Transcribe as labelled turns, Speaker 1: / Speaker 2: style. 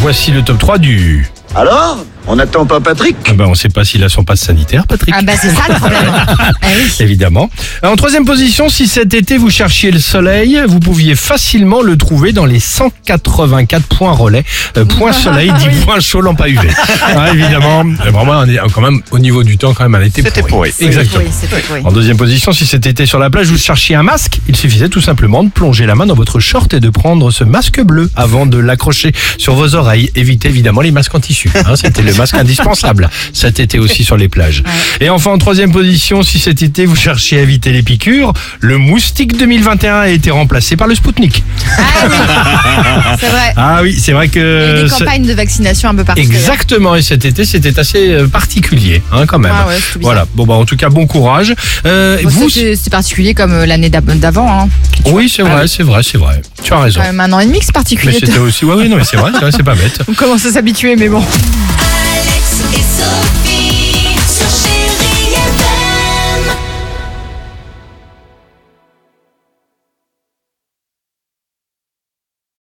Speaker 1: voici le top 3 du...
Speaker 2: Alors On n'attend pas Patrick
Speaker 1: Ah ben on sait pas s'il a son passe sanitaire, Patrick.
Speaker 3: Ah bah c'est ça le problème. Ah oui.
Speaker 1: Évidemment. En troisième position, si cet été vous cherchiez le soleil, vous pouviez facilement le trouver dans les 184 points relais. Euh, point soleil, 10 points chaud, lampe à UV. Ah, évidemment. Euh, Vraiment, on est quand même au niveau du temps, quand même, à l'été
Speaker 4: C'était pourri.
Speaker 1: Exactement.
Speaker 3: Oui, c'était pourri.
Speaker 1: En deuxième position, si cet été sur la plage, vous cherchiez un masque, il suffisait tout simplement de plonger la main dans votre short et de prendre ce masque bleu avant de l'accrocher sur vos oreilles. Évitez évidemment les masques en tissu. hein, C'était le masque indispensable cet été aussi sur les plages. Et enfin, en troisième position, si cet été vous cherchiez à éviter les piqûres, le moustique 2021 a été remplacé par le Spoutnik.
Speaker 3: Ah oui. C'est vrai.
Speaker 1: Ah oui, c'est vrai
Speaker 3: Il y a
Speaker 1: que...
Speaker 3: des
Speaker 1: ce-
Speaker 3: campagnes de vaccination un peu partout.
Speaker 1: Exactement, et cet été c'était assez euh, particulier hein, quand même.
Speaker 3: Ah ouais, c'est tout bizarre.
Speaker 1: voilà, bon bah en tout cas bon courage. Euh, vous...
Speaker 3: c'est c'est particulier comme euh, l'année d'ab- d'avant. Hein.
Speaker 1: Oui, c'est vrai, c'est vrai, c'est vrai. Tu as raison.
Speaker 3: Quand même un an et demi que c'est
Speaker 1: Mais
Speaker 3: particulier.
Speaker 1: c'était aussi. Ouais, oui, non, mais c'est vrai, c'est vrai, c'est pas bête.
Speaker 3: On commence à s'habituer, mais bon.